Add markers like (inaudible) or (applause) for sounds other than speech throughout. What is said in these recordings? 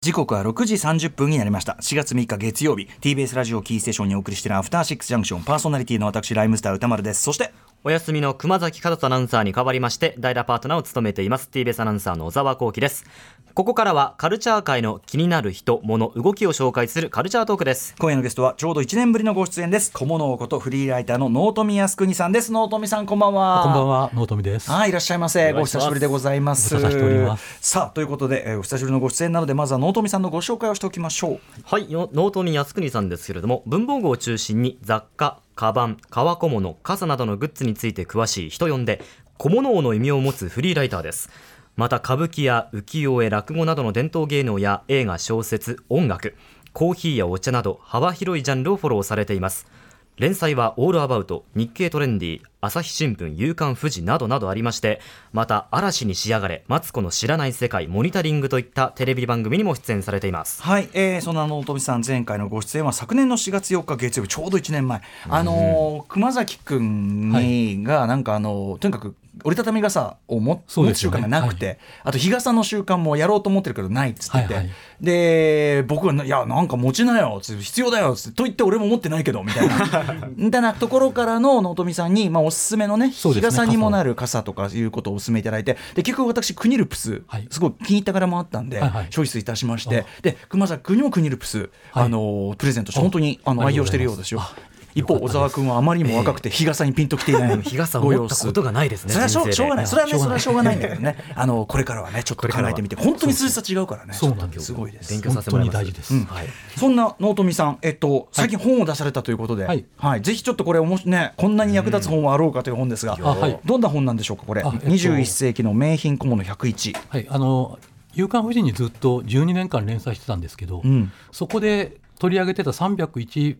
時刻は6時30分になりました4月3日月曜日 TBS ラジオキーステーションにお送りしているアフターシックスジャンクションパーソナリティの私ライムスター歌丸ですそしてお休みの熊崎和人アナウンサーに代わりまして、代打パートナーを務めています、TBS アナウンサーの小沢光輝です。ここからは、カルチャー界の気になる人、物、動きを紹介するカルチャートークです。今夜のゲストはちょうど1年ぶりのご出演です小物ことフリーライターの納富靖国さんです納富さんこんばんはこんばんは、ノートミです。はい、いらっしゃいませ。おご願いします久しぶりでございます。ご無沙汰しておりまさあ、ということで、えーお久しぶりのご出演なので、まずは納富さんのご紹介をしておきましょう。はい、よ納富靖国さんですけれども、文房具を中心に雑貨、カバン、革小物、傘などのグッズについて詳しい人呼んで、小物王の意味を持つフリーライターです。また歌舞伎や浮世絵、落語などの伝統芸能や映画、小説、音楽、コーヒーやお茶など幅広いジャンルをフォローされています。連載はオールアバウト、日経トレンディ、朝日新聞、夕刊富士などなどありまして、また嵐に仕上がれ、マツコの知らない世界、モニタリングといったテレビ番組にも出演されています。はい、えーそんな納富さん、前回のご出演は昨年の4月4日月曜日、ちょうど1年前。あのー熊崎くんはに、が、なんかあのーとにかく、折りたたみ傘を持そう持でつす習よね慣がなくて、あと日傘の習慣もやろうと思ってるけどないっつってて、はいはいで僕が「いやなんか持ちなよ」つって必要だよ」つってと言って俺も持ってないけどみたい (laughs) なみたいなところからの納富さんに、まあ、おすすめのねそう日ですね傘にもなる傘とかいうことをお勧めいただいてで結局私クニルプス、はいすごい気に入った柄もあったんで、はいはいチョイスいたしましあてで熊崎君にもクニルプス、はいあのプレゼントして本当にあのあ愛りがと用うしごてざるようですよいますあ。一方よ小かったです沢君はあまりにも若くて日傘にピンときていない日傘を持ったことがないですねご様子それはしょうし人生でょうがないそれはねしょそれはいうがなしょうがないんだけどねあのこれからはねちょっと考えてみて本当に数字が違うからねそうなんです。すごいです勉強さ本せても当らいにます大事です。うんはいそんな納富さん、えっと、最近本を出されたということで、ははいいぜひちょっとこれおもし、ね、こんなに役立つ本はあろうかという本ですが、あはいどんな本なんでしょうか、これ、あえっと21世紀の名品小物101。はい、あの、夕刊富士にずっと12年間連載してたんですけど、うんそこで取り上げてた301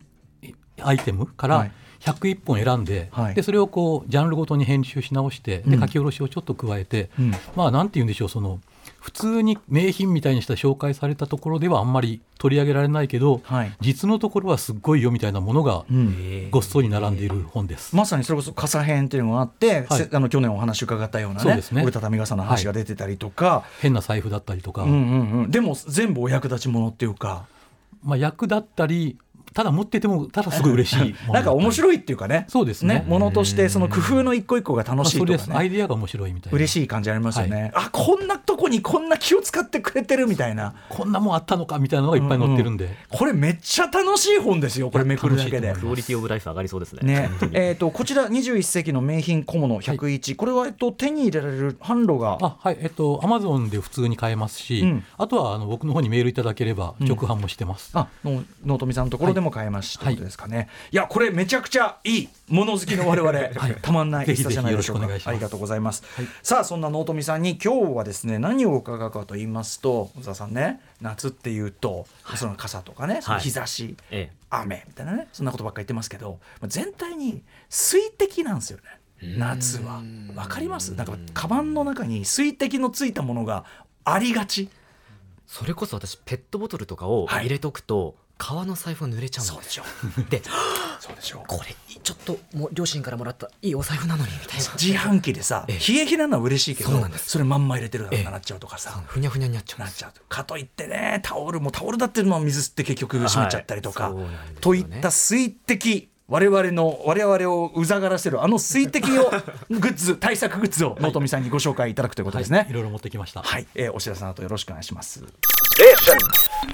アイテムかはらい101本選んで、はいでそれをこうジャンルごとに編集し直して、うでん書き下ろしをちょっと加えて、うんまあなんて言うんでしょう、その普通に名品みたいにした紹介されたところではあんまり取り上げられないけど、はい実のところはすっごいよみたいなものがうんえーごっそり並んでいる本です。まさにそれこそ傘編っていうのがあって、はいせあの去年お話伺ったようなそうねですね折りたたみ傘の話が出てたりとか、変な財布だったりとか、うんうんうん、でも全部お役立ちものっていうかまあ、役だったりただ持っててもただすごい嬉しいなんか面い白いっていうかねそうですねものとしてその工夫の一個一個が楽しいとそれでかすアねイディアが面白いみたいな嬉いしい感じありますよね、あこんなとこにこんな気を使ってくれてるみたいな。こんなもんあったのかみたいなのがいっぱい載ってるんで、これめっちゃ楽しい本ですよこれめくるだけで楽しいと思いますクオリティオブライフ上がりそうですねね本当にえー、とこちら21世紀の名品小物101、これは、えっと、手に入れられる販路があはいえっとアマゾンで普通に買えますし、うんあとはあの僕の方にメールいただければん直販もしてます、あの納富さんのところでも買えますし、はいということですかね、い、やこれめちゃくちゃいいもの好きの我 (laughs) 々、たまんないぜひ一冊じゃないでしょうかぜひよろしくお願あいしますりがとうございます、さあそんな納富さんに今日はですね何を伺うかと言いますと小沢さんね夏っていうと、その傘とかねその日差し、え雨みたいなねそんなことばっかり言ってますけどまあ全体に水滴なんですよね夏はわかりますなんかカバンの中に水滴のついたものがありがちそれこそ私ペットボトルとかをはい入れとくと、革の財布が濡れちゃうんですよ (laughs) でそうでしょうこれちょっともう両親からもらったいいお財布なのにみたいな自販機でさええ冷え冷えなのは嬉しいけどそうなんですそれまんま入れてるだろうえなえなっちゃうとかさふにゃふにゃになっちゃうんなでっすちゃうとかといってねタオルもタオルだってのは水吸って結局湿っちゃったりとか、はいそうなんですよねといった水滴我々の我々をうざがらせるあの水滴をグッズ対策グッズを納富さんにご紹介いただくということですね、いろいろ持ってきました、はい、えー、お知らせの後よろしくお願いします。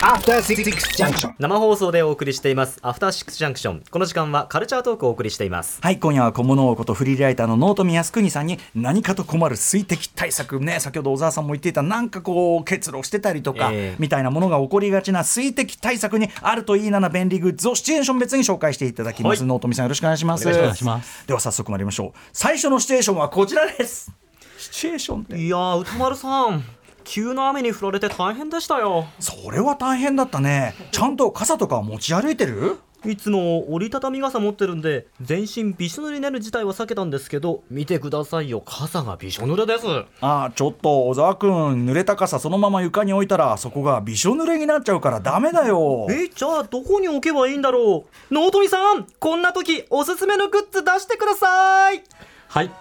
After Six Junction. 生放送でお送りしていますアフターシックスジャンクションこの時間はカルチャートークをお送りしていますはい、今夜は小物王ことフリーライターの納富靖国さんに何かと困る水滴対策ね、先ほど小沢さんも言っていたなんかこう結露してたりとか、ええみたいなものが起こりがちな水滴対策にあるといいなな便利グッズをシチュエーション別に紹介していただきます。はい納富さんよろしくお願いします。お願いしますでは早速参りましょう。最初のシチュエーションはこちらです。シチュエーションっていやー歌丸さん急な雨に降られて大変でしたよそれは大変だったね。ちゃんと傘とかは持ち歩いてる？いつも折りたたみ傘持ってるんで全身びしょ濡れになる事態は避けたんですけど見てくださいよ傘がびしょ濡れですああちょっと小沢君濡れた傘そのまま床に置いたらそこがびしょ濡れになっちゃうからダメだよえじゃあどこに置けばいいんだろう納富さんこんな時おすすめのグッズ出してくださいはい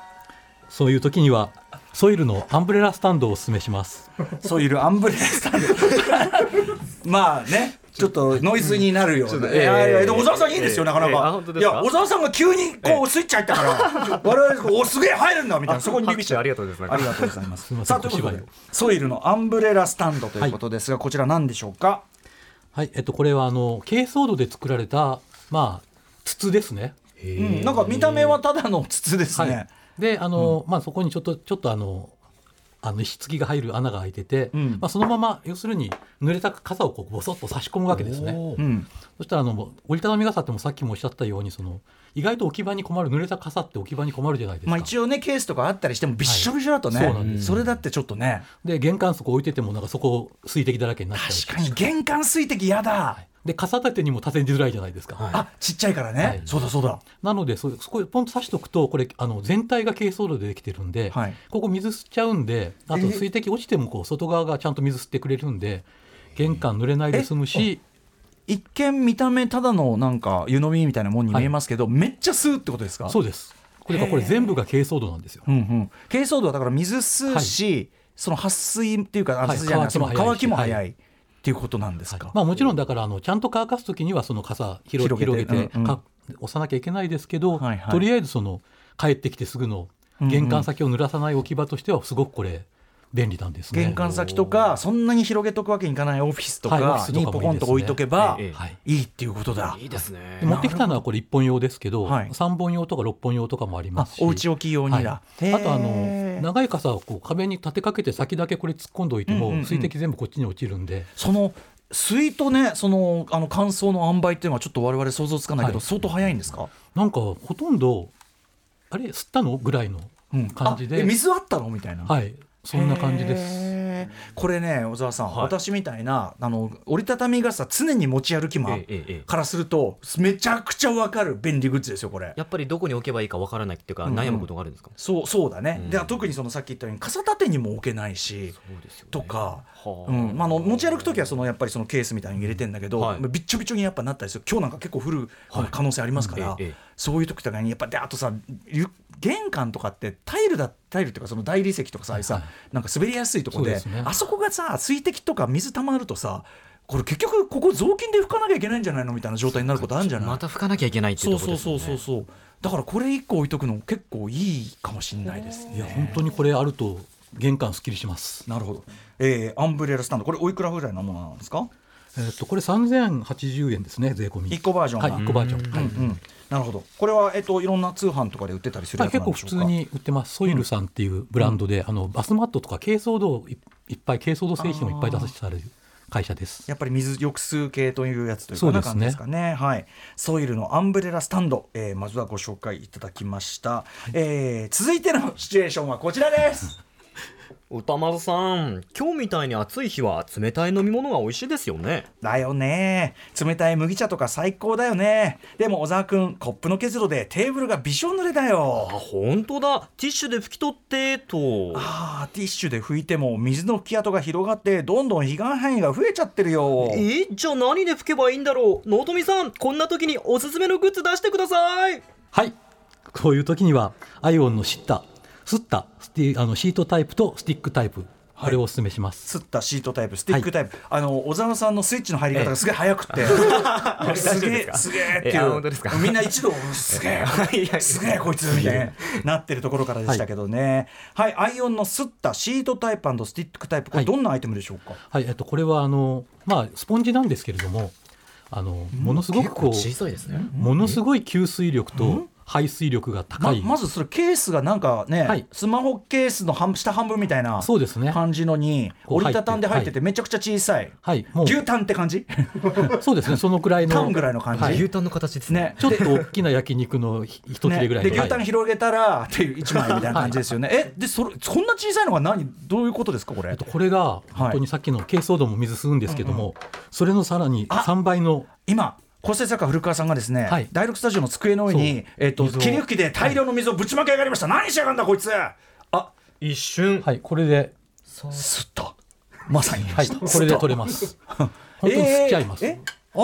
そういう時にはソイルのアンブレラスタンドをおすすめします。そういうアンブレラ (laughs) スタンドまあねちょっとノイズになるような、とええいやいやでもええ小沢さんいいですよ、ええなかなええあか本当、でいすかや小沢さんが急にこうスイッチ入ったから我々こうおすげえ入るんだみたいなそこにビビっちゃ拍手ありがとうございますありがとうございますすいませさんあということおで芝ソイルのアンブレラスタンドということですが、こちら何でしょうかはい、えっと、これはあの珪藻土で作られた、まあ、筒ですね。うん、なんか見た目はただの筒ですはね、い、であの、まあ、そこにちょっとちょっとあのあの石突きが入る穴が開いてて、うんまあ、そのまま要するに濡れた傘をこうボソッと差し込むわけですね。うん、そしたらあの折りたたみ傘ってもさっきもおっしゃったようにその意外と置き場に困る濡れた傘って置き場に困るじゃないですか。まあ一応ねケースとかあったりしてもびっしょびしょだとね、はいそうなんですそれだってちょっとねで玄関そこ置いててもなんかそこ水滴だらけになっちゃうし確かに玄関水滴やだ、で傘立てにも立てづらいじゃないですか。はいあちっちゃいからね、はいそうだそうだなのでそうそこへポンと刺しとくとこれあの全体が珪藻土でできてるんで、はいここ水吸っちゃうんであと水滴落ちてもこう外側がちゃんと水吸ってくれるんで玄関濡れないで済むし一見見た目ただのなんか湯飲みみたいなもんに見えますけど、めっちゃ吸うってことですかそうう、ですこれがこれ全部が珪藻土なんですよ。うんうん、珪藻土はだから水吸うし、その撥水っていうかあはい撥水じゃない乾きも早いそしの乾きも早い、はいっていうことなんですか、まあ、もちろんだからあのちゃんと乾かす時にはその傘広げ広げ広げててうんうんか押さなきゃいけないですけど、はいはいとりあえずその帰ってきてすぐのうんうん玄関先を濡らさない置き場としてはすごくこれ便利なんですね。玄関先とかそんなに広げとくわけにいかないオフィスとはいオフィかスとかもいにいですポねコンと置いとけばええはいいいっていうことだ、いいですねで持ってきたのはこれ1本用ですけど、はい3本用とか6本用とかもありまあすしお家置き用にだ、はい、あとあへのー長い傘をこう壁に立てかけて先だけこれ突っ込んでおいても、うんうんうん水滴全部こっちに落ちるんでその水とねそのあの乾燥の塩梅っていうのはちょっと我々想像つかないけど、はい相当早いんですか、なんかほとんどあれ吸ったのぐらいのうん、感じあで、え水あったのみたいな、はいそんな感じです。へーこれね小沢さん、はい私みたいなあの折りたたみ傘常に持ち歩きまええええからするとめちゃくちゃわかる便利グッズですよこれ。やっぱりどこに置けばいいかわからないっていうか、うんうん悩むことがあるんですかそうそうだね、うんで特にそのさっき言ったように傘立てにも置けないしそうですよねとか、はあうんまあ、あの持ち歩く時はそのやっぱりそのケースみたいに入れてんだけど、はいびっちょびちょにやっぱなったりする今日なんか結構降るあの可能性ありますから、うんええそういう時とかにやっぱであとさゆ玄関とかってタイルだタイルっていうかその大理石とかさあれさ、はいなんか滑りやすいとこでそうですねあそこがさ水滴とか水たまるとさこれ結局ここ雑巾で拭かなきゃいけないんじゃないのみたいな状態になることあるんじゃないまた拭かなきゃいけないっていそううところそうですそよねうそうそうだからこれ一個置いとくの結構いいかもしれないですねいや本当にこれあると玄関すっきりします。なるほど、えー、アンブレラスタンドこれおいくらぐらいのものなんですかえっ、とこれ3080円ですね税込み。一個バージョンはがい一個バージョン。はいうんうん、なるほどこれは、えっといろんな通販とかで売ってたりするはやい、つな結ん構でし普ょう通か、に売ってます、ソイルさんっていうブランドで、あのバスマットとか珪藻土をいいっぱい珪藻土製品をいっぱい出される会社です。やっぱり水抑数系というやつというそかうなですね感じですかねはい、ソイルのアンブレラスタンド、えーまずはご紹介いただきました、えー続いてのシチュエーションはこちら (laughs) です歌丸さん今日みたいに暑い日は冷たい飲み物が美味しいですよねだよね冷たい麦茶とか最高だよねでも小沢くんコップの結露でテーブルがびしょ濡れだよあ本当だティッシュで拭き取ってとあーティッシュで拭いても水の拭き跡が広がってどんどん被害範囲が増えちゃってるよえじゃあ何で拭けばいいんだろう納富さんこんな時におすすめのグッズ出してくださいはい、こういう時には、アイオンのシッタ、スッタ、スティあのシートタイプとスティックタイプ、これをお勧めします。すったシートタイプスティックタイプ、あの小沢さんのスイッチの入り方がすげえ早くって、 (laughs) すげえすげえっていえあう本当ですかみんな一度すげ (laughs) えすげえこいつみたいななってるところからでしたけどねはい、アイオンのすったシートタイプスティックタイプこはれいどんなアイテムでしょうか、はい、えっと、これはあの、まあ、スポンジなんですけれども、あのものすごくこう、さいですねものすごい吸水力と排水力が高まい、まずそれケースがなんかね、はいスマホケースの半下半分みたいなそうですね感じのにこう折入りってたたんで入っててめちゃくちゃ小さい、はい、も牛タンって感じう、 (laughs) そうですね、そのくらいタのンぐ、らいの感じ、はい牛タンの形ですねねちょっと大きな焼肉の (laughs) ひ一切れぐらいねの。では牛いタン広げたらっていう一枚みたいな感じですよね。えでそれそんな小さいのが何どういうことですかこれえっと、これが本当にさっきの珪藻土も水吸うんですけども、それのさらにあ3倍の今構成作家古川さんがですね、はい第6スタジオの机の上に、えっと水を霧吹きで大量の水をぶちまき上がりました、何しやがんだこいつあ一瞬はいこれで、すったまさに、はい、これで取れま (laughs) ます本当に吸っちゃいます、えーえあー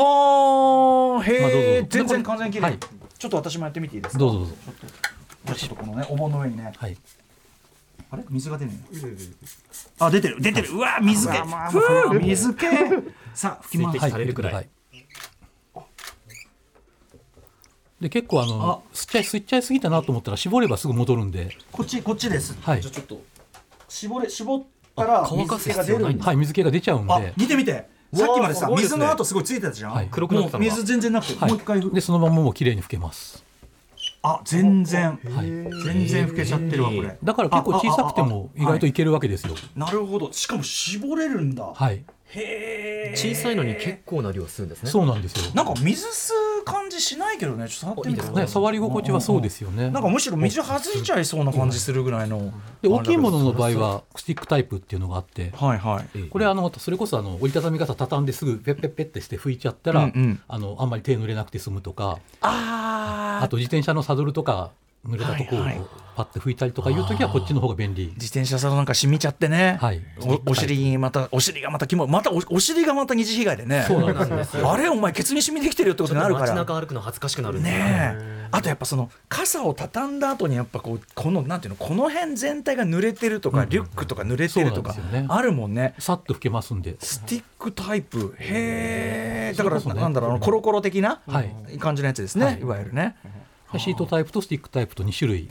まあどうぞへえ、どうぞ全然完全に綺麗、はいちょっと私もやってみていいですかどうぞどうぞじゃあちょっとこのねお盆の上にねはいあれ水が出ないあ出てる出てるうわ水気ふう水気さあ吹き水ます滴されるくらいで結構あの吸っちゃい吸っちゃいすぎたなと思ったら絞ればすぐ戻るんで、こっちこっちですはいじゃあちょっと絞れ絞ったらあ乾か水す気が出必要るないんだはい、水気が出ちゃうんあで、見て見てさっきまでさうわーすごいです水ねの跡すごいついてたじゃんはい黒くなってたのもうが水全然なくてはい、もう一回でそのままもう綺麗に拭けます、あ全然はい、全然拭けちゃってるわこれだから結構小さくてもああああ意外といけるわけですよなるほどしかも絞れるんだはいへえ小さいのに結構な量吸うんですねそうなんですよなんか水吸う感じしないけどねちょっと触ってみていいですね触り心地はそうですよねなんかむしろ水外れちゃいそうな感じするぐらいので大きいものの場合はスティックタイプっていうのがあってはいはいええこれあのそれこそあの折りたたみ傘畳んですぐペッペッペッってして拭いちゃったら、うんうんあのあんまり手濡れなくて済むとかああと自転車のサドルとか濡れたところをはいはいパッて拭いたりとかいう時はこっちの方が便利自転車さんなんか染みちゃってね、はいおお尻にまたお尻がまた肝またおお尻がまた二次被害でねそうなんですよあれお前ケツに染みできてるよってこちとにょっなるとか街ら中歩くの恥ずかしくなるんですよねえあとやっぱその傘を畳んだ後にやっぱこうこのなんていうのこの辺全体が濡れてるとか、リュックとか濡れてるとかそうなんですよねあるもんね (laughs) さっと拭けますんでスティックタイプへえだかそれらこそねなんだろうあのコロコロ的なはい感じのやつですね、、はいいわゆるねシートタイプとスティックタイプと2種類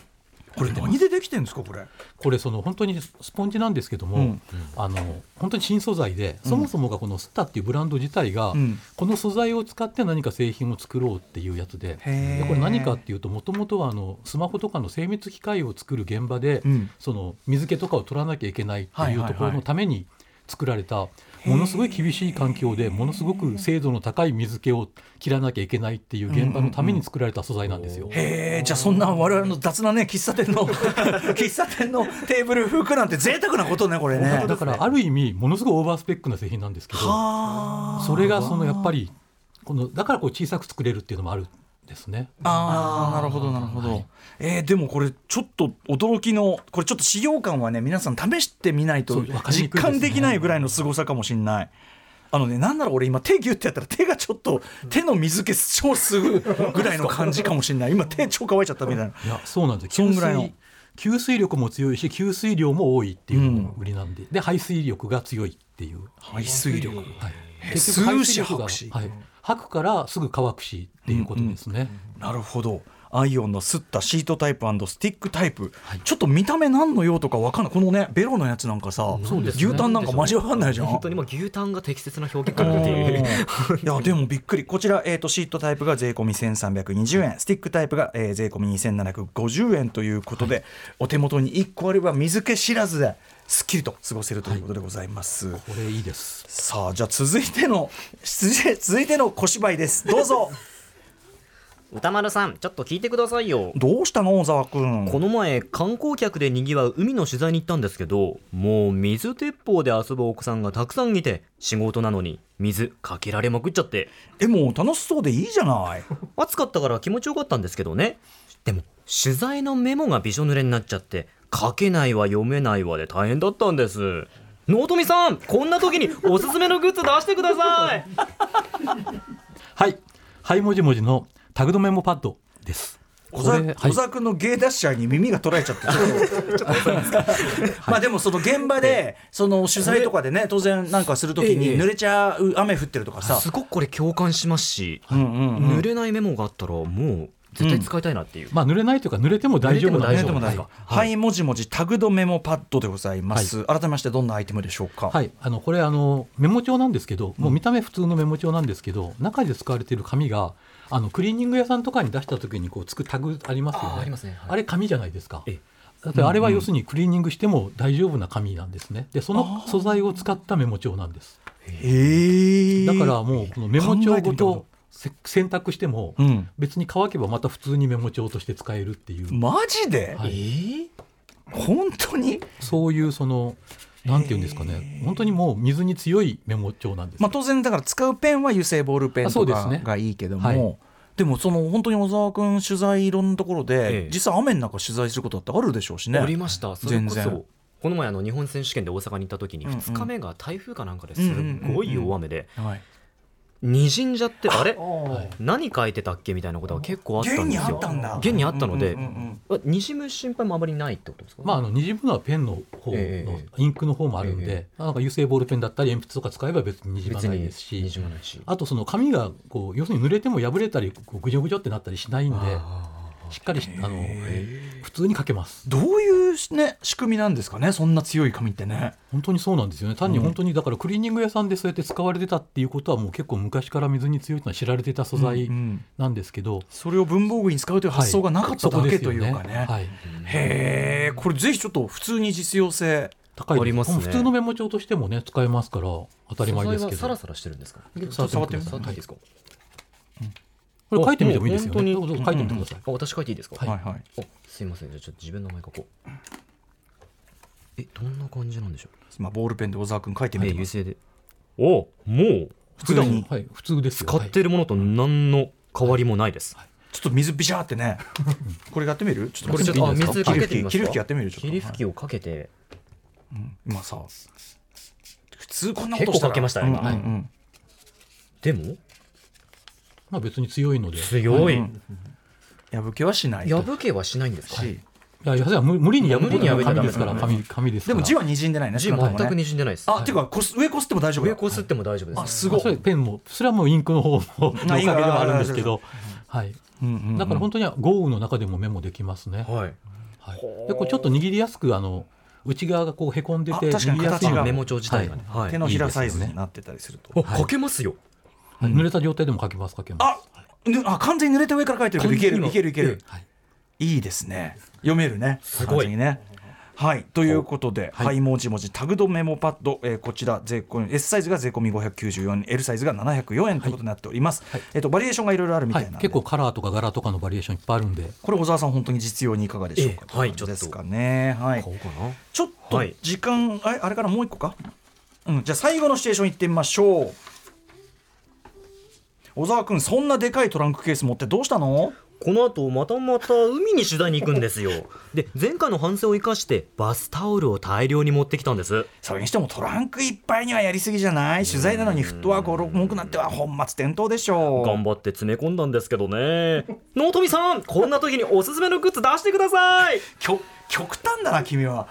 これ何でできてるんですかこれこれその本当にスポンジなんですけども、うんあの本当に新素材で、そもそもがこのスタっていうブランド自体が、うんこの素材を使って何か製品を作ろうっていうやつでへーでこれ何かっていうともともとはあのスマホとかの精密機械を作る現場で、うんその水気とかを取らなきゃいけないってはいいはいうはいところのために作られた、ものすごい厳しい環境でものすごく精度の高い水気を切らなきゃいけないっていう現場のために作られた素材なんですよ。へえじゃあそんな我々の雑なね喫茶 (laughs) 店の喫茶店のテーブル拭くなんて贅沢なことねこれねだからある意味ものすごいオーバースペックな製品なんですけど、あそれがそのやっぱりこのだからこう小さく作れるっていうのもあるんですね。あーなるほどなるほど、えーでもこれちょっと驚きのこれちょっと使用感はね皆さん試してみないそとうわかりに実くいですね感できないぐらいの凄さかもしれない。あのね、なんなら俺今手ギュってやったら手がちょっと手の水気超すぐぐらいの感じかもしれない今手超乾いちゃったみたいないやそうなんですそよ。ん吸ぐらいの吸水力も強いし吸水量も多いっていうのも売りなんで、で排水力が強いっていう。排水力はい。へ結局排水力が吸うし吐くしはい。吐くからすぐ乾くしっていうことですね。なるほどアイオンのすったシートタイプスティックタイプ、ちょっと見た目何の用途か分かんないこのねベロのやつなんかさそうですね牛タンなんかマジ分かんないじゃん本当にもう牛タンが適切な表現かなって (laughs) いいうやでもびっくりこちら、えー、とシートタイプが税込み1320円スティックタイプが、えー、税込み2750円ということで、お手元に1個あれば水気知らずですっきりと過ごせるということでございます、これいいです。さあじゃあ続いての続いて続いての小芝居ですどう (laughs) ぞ歌丸さんちょっと聞いてくださいよどうしたの小沢君この前観光客でにぎわう海の取材に行ったんですけどもう水鉄砲で遊ぶお子さんがたくさんいて仕事なのに水かけられまくっちゃってえもう楽しそうでいいじゃない暑かったから気持ちよかったんですけどねでも取材のメモがびしょ濡れになっちゃって書けないわ読めないわで大変だったんです納富さんこんな時におすすめのグッズ出してくださいはい。はいもじもじのタグ止めもパッドです。小これ沢は小い沢君の芸達者に耳が取られちゃってちょっとまあでもその現場でその取材とかでね当然なんかするときえにえ濡れちゃう雨降ってるとかさすごくこれ共感しますし、うんうんうん濡れないメモがあったらもう絶対使いたいなっていう、まあ濡れないというか濡れても大丈夫なん濡れでねてでもない大丈夫はい、もじもじタグドメモパッドでございます、改めましてどんなアイテムでしょうか、はい、あのこれあのメモ帳なんですけど、もう見た目普通のメモ帳なんですけど中で使われている紙があのクリーニング屋さんとかに出した時にこうつくタグありますよねあーありますねはいあれ紙じゃないですかええだってあれは要するにクリーニングしても大丈夫な紙なんですねでその素材を使ったメモ帳なんですえーだからもうこのメモ帳考えてごみたことせ選択してもうん別に乾けばまた普通にメモ帳として使えるっていう、マジで、はい本当にそういうそのなんていうんですかね本当にもう水に強いメモ帳なんですまあ、当然だから使うペンは油性ボールペンあそとうですかねがいいけども。はいでもその本当に小沢君取材いろんなところで、ええ実際雨の中取材することだってあるでしょうしねありましたそれ全こ然そこの前あの日本選手権で大阪に行った時にうんうん2日目が台風かなんかですっごい大雨ではい、にじんじゃってあれはい何書いてたっけみたいなことが結構あった現んでにあすよったんだ現にあったのでうんうんうんあにじむ心配もあまりないってことですか、まあ、あのにじむのはペンの方の、ええインクの方もあるんえで、なんか油性ボールペンだったり鉛筆とか使えば別ににじま別ないにですしにじまないしあとその紙がこう要するに濡れても破れたりこうぐにょぐにょってなったりしないんでしっかりしあの普通に書けますどういうしね仕組みなんですかねそんな強い紙ってね本当にそうなんですよね単に本当にだからクリーニング屋さんでそうやって使われてたっていうことはもう結構昔から水に強いというのは知られてた素材うんうんなんですけど、それを文房具に使うというはい発想がなかったそこだでけすとよいうかね,、はい、へえこれぜひちょっと普通に実用性高いですありますね普通のメモ帳としてもね使えますから当たり前ですけ素材はサどラサラしてるんですか触ってみてくださ触っいていいですか、これ書いてみてもいいですよねもう本当どうぞに書いてみてください、あ私書いていいですか、はいはいおすいませんじゃあちょっと自分の名前書こうえどんな感じなんでしょまあボールペンで小沢君書いてうみえてく優ださ勢でおもう普普段にはい、普通ですよ買ってるものと何の変わりもないです、いちょっと水ビシャーって (laughs) ねこれやってみるちょっとこれちょっとあいいんですか水かけてみます霧吹き霧か吹きやってみるちょっと霧吹きをかけて、今さ普通こんなことしたら結構かけましたね今うんうんうんでもまあ別に強いので強い、うん破けはしないと破けはしないんですしか、いやいやそれは無無理に破無理に破るいたら紙ですかダらメ紙紙ですかでらも字は滲んでないね字少な全くともくねにじんでないですあっていうかこす上こすっても大丈夫だ上こすっても大丈夫です、あすまごあいそれペンもそれはもうインクの方も (laughs) のおかげではあるんですけど、はい、うんうんうんだから本当に豪雨の中でもメモできますね、はいはい、でこうちょっと握りやすくあの内側がこうへこんでてあ確かに握りやすい形がのメでモ帳自体がね、はい手のひらサイいいズですよねになってたりするとおかけますよ、はい濡れた状態でも書けます書けますあぬあ完全に濡れて上から書いてるけどいけるいけるいけるはいいいですね読めるねすごいねはいということで、はい、もじもじタグドメモパッド、えーこちら税込み S サイズが税込み594円 L サイズが704円ということになっております、えっとバリエーションがいろいろあるみたはいいな、んで、結構カラーとか柄とかのバリエーションいっぱいあるんでこれ小沢さん本当に実用にいかがでしょうか、ええはいとうことですかねはい買おうかなちょっとはい時間、あれあれからもう一個か、うん、じゃあ最後のシチュエーション行ってみましょう小沢君そんなでかいトランクケース持ってどうしたのこの後またまた海に取材に行くんですよで前回の反省を生かしてバスタオルを大量に持ってきたんですそれにしてもトランクいっぱいにはやりすぎじゃない取材なのにフットワーク重くなっては本末転倒でしょう頑張って詰め込んだんですけど (laughs) ね納富さんこんな時におすすめのグッズ出してくださいきょ極端だな君は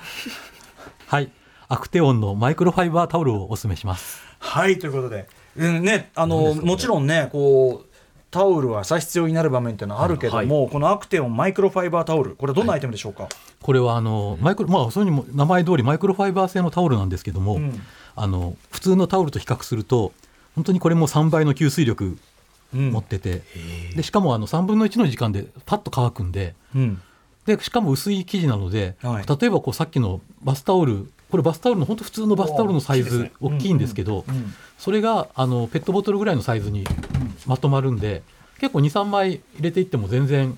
はいアクテオンのマイクロファイバータオルをおすすめしますはいということで、うんね、あのもちろんねこうタオルはさ必要になる場面っていうのはあるけども、このアクテオンマイクロファイバータオルこれどんなアイテムでしょうか、これはあのマイクロまあそれにも名前通りマイクロファイバー製のタオルなんですけども、んあの普通のタオルと比較すると本当にこれも3倍の吸水力うん持ってて、でしかもあの3分の1の時間でパッと乾くんでうんでしかも薄い生地なので、はい例えばこうさっきのバスタオルこれバスタオルの本当普通のバスタオルのサイズおー大きいですね大きいんですけど、うんうんうんそれがあのペットボトルぐらいのサイズにまとまるんで結構23枚入れていっても全然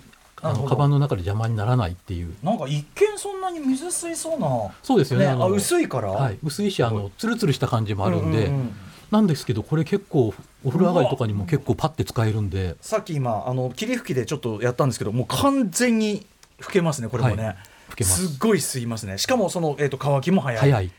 なあるほのどカバンの中で邪魔にならないっていうなんか一見そんなに水吸いそうなそうですよねあのあ薄いから、はい、薄いしあのツルツルした感じもあるんで、うううんなんですけどこれ結構お風呂上がりとかにも結構パッて使えるんでさっき今あの霧吹きでちょっとやったんですけどもう完全に拭けますねこれもね、はい拭けますっごい吸いますねしかもその、えー、と乾きも早い早い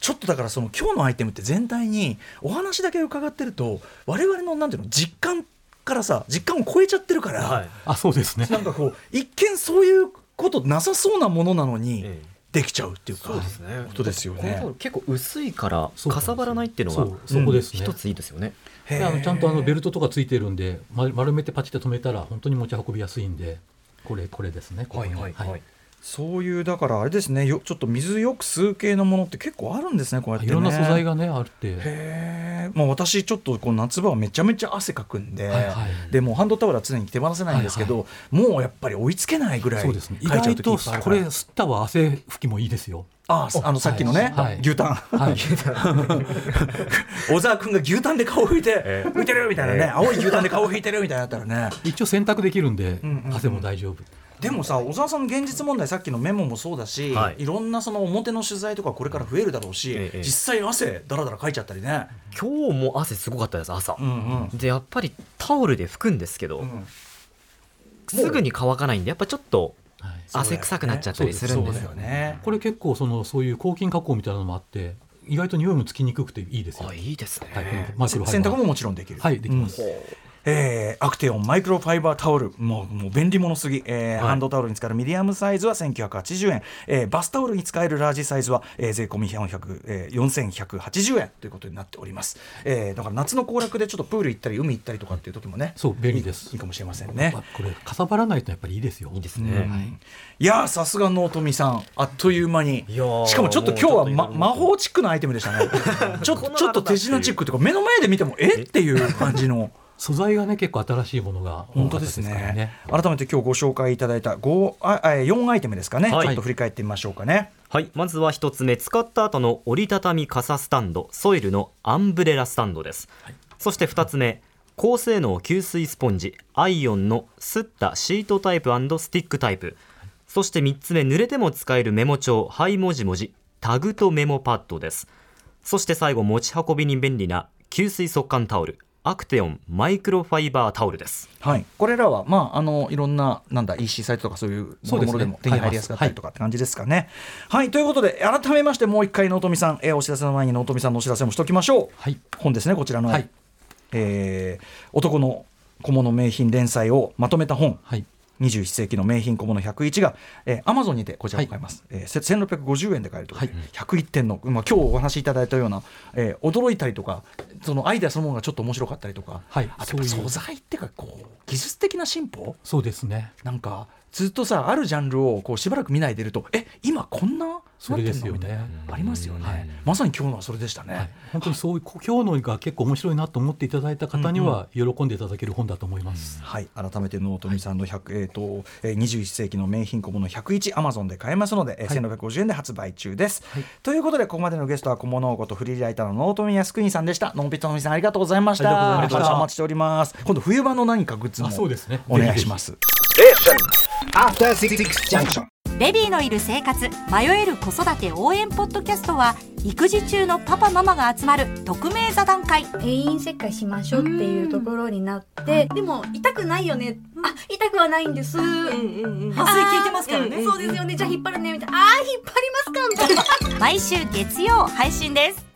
ちょっとだからその今日のアイテムって全体にお話だけ伺ってると我々のなんていうの実感からさ実感を超えちゃってるから、はいあそうですねなんかこう一見そういうことなさそうなものなのに、ええできちゃうっていうかねことですよねこのタオル結構薄いからそうかさばらないっていうのがそうそこですね、一ついいですよねへでーあのちゃんとあのベルトとかついてるんで、ま、丸めてパチって止めたら本当に持ち運びやすいんでこれこれですねここねそういうだからあれですねよちょっと水よく吸う系のものって結構あるんですねこうやって、いね、ろんな素材ががねあるってへえ、まあ、私ちょっとこう夏場はめちゃめちゃ汗かくんで、はいはいでもうハンドタオルは常に手放せないんですけど、もうやっぱり追いつけないぐらいそうですね意かいちゃ外う時いとっぱいあるこかられ吸ったは汗拭きもいいですよあああのさっきのね、はい牛 (laughs) タン、 (laughs) はい小沢君が牛タンで顔を拭いて、ええ拭いてるみたいなね、ええ青い牛タンで顔を拭いてるみたいなだったらね一応洗濯できるんでんうんうん汗も大丈夫でもさ小沢さんの現実問題さっきのメモもそうだし、はいい、ろんなその表の取材とかこれから増えるだろうし、ええ実際汗だらだらかいちゃったりね。今日も汗すごかったです朝、うんうんでやっぱりタオルで拭くんですけど、うんすぐに乾かないんでやっぱちょっとはい汗臭くなっちゃったりするんですよそうだよね。これ結構そのそういう抗菌加工みたいなのもあって意外と匂いもつきにくくていいですよ。あいいですね、はい、このマイクロファイバー洗濯ももちろんできる。はいできます、えーアクテオンマイクロファイバータオルもうもう便利ものすぎ、えーはいハンドタオルに使えるミディアムサイズは1980円、えーバスタオルに使えるラージサイズは、えー税込み400、えー4180円ということになっております、えーだから夏の行楽でちょっとプール行ったり海行ったりとかっていう時もねそう便利ですいいいかもしれませんねあこれかさばらないとやっぱりいいですよ。いいですねいやーさすが納富さんあっという間にいやーしかもちょっと今日は、ま、もうちょっといろいろと魔法チックなアイテムでしたねちょっとちょっと手品チックというか目の前で見てもえっていう感じの。素材がね結構新しいものが多本か当ったでですすねからね。改めて今日ご紹介いただいた5ああえー4アイテムですかね、はいちょっと振り返ってみましょうかねはい、まずは一つ目、使った後の折りたたみ傘スタンド、ソイルのアンブレラスタンドです。そして二つ目、高性能吸水スポンジ、アイオンのすったシートタイプスティックタイプ。そして三つ目、濡れても使えるメモ帳、ハイモジモジ、タグとメモパッドです。そして最後、持ち運びに便利な吸水速乾タオル、アクテオンマイクロファイバータオルです。はい、これらは、まあ、あのいろんななんだ EC サイトとかそういうそうもですのねでも手に入りやすかったりとかって感じですかね。はい、ということで改めましてもう一回納富さん、えーお知らせの前に納富さんのお知らせもしておきましょう、はい本ですねこちらの、はいえー男の小物名品連載」をまとめた本はい21世紀の名品小物101が、えー、Amazon にてこちらも買えます、えーせ1650円で買えるということで、101点の、まあ、今日お話しいただいたような、えー驚いたりとかそのアイデアそのものがちょっと面白かったりとか、はいあとやっぱそ素ういう材っていうかこう技術的な進歩そうですね。なんかずっとさあるジャンルをこうしばらく見ないでいるとえ今こんなそれですよなってんのねみたいなありますよね、はいまさに今日のはそれでしたね、はい、本当にそういう今日のが結構面白いなと思っていただいた方には喜んでいただける本だと思います。はい、改めて納富さんの100、えーとえー21世紀の名品小物101アマゾンで買えますので、えー1650円で発売中です、ということでここまでのゲストは小物ことフリーライターの納富康邦さんでした納富さんありがとうございましたありがとうございましたお待ちしております今度冬場の何かグッズもあそうですねお願いします Station. After Six Junction. ベビーのいる生活迷える子育て応援ポッドキャストは育児中のパパママが集まる匿名座談会定員切開しましょうっていうところになって、でも痛くないよね、あ痛くはないんです麻酔聞いてますからねそうですよねじゃあ引っ張るねみたいなあー引っ張りますかみたいな毎週月曜配信です